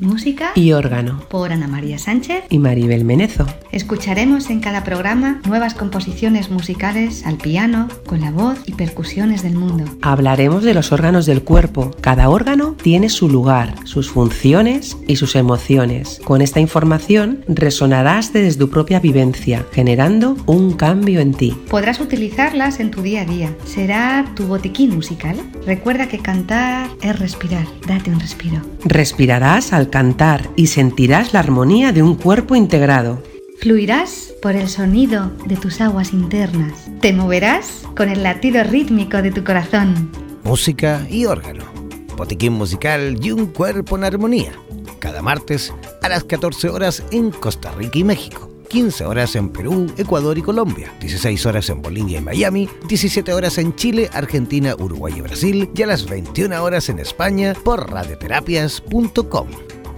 música y órgano por Ana María Sánchez. y Maribel Menezo. Escucharemos en cada programa nuevas composiciones musicales al piano, con la voz y percusiones del mundo. Hablaremos de los órganos del cuerpo. Cada órgano tiene su lugar, sus funciones y sus emociones. Con esta información resonarás desde tu propia vivencia, generando un cambio en ti. Podrás utilizarlas en tu día a día. Será tu botiquín musical. Recuerda que cantar es respirar. Date un respiro. Respirarás al cantar y sentirás la armonía de un cuerpo integrado. Fluirás por el sonido de tus aguas internas. Te moverás con el latido rítmico de tu corazón. música y órgano. Botiquín musical y un cuerpo en armonía. Cada martes a las 14 horas en Costa Rica y México. 15 horas en Perú, Ecuador y Colombia. 16 horas en Bolivia y Miami. 17 horas en Chile, Argentina, Uruguay y Brasil. Y a las 21 horas en España por radioterapias.com.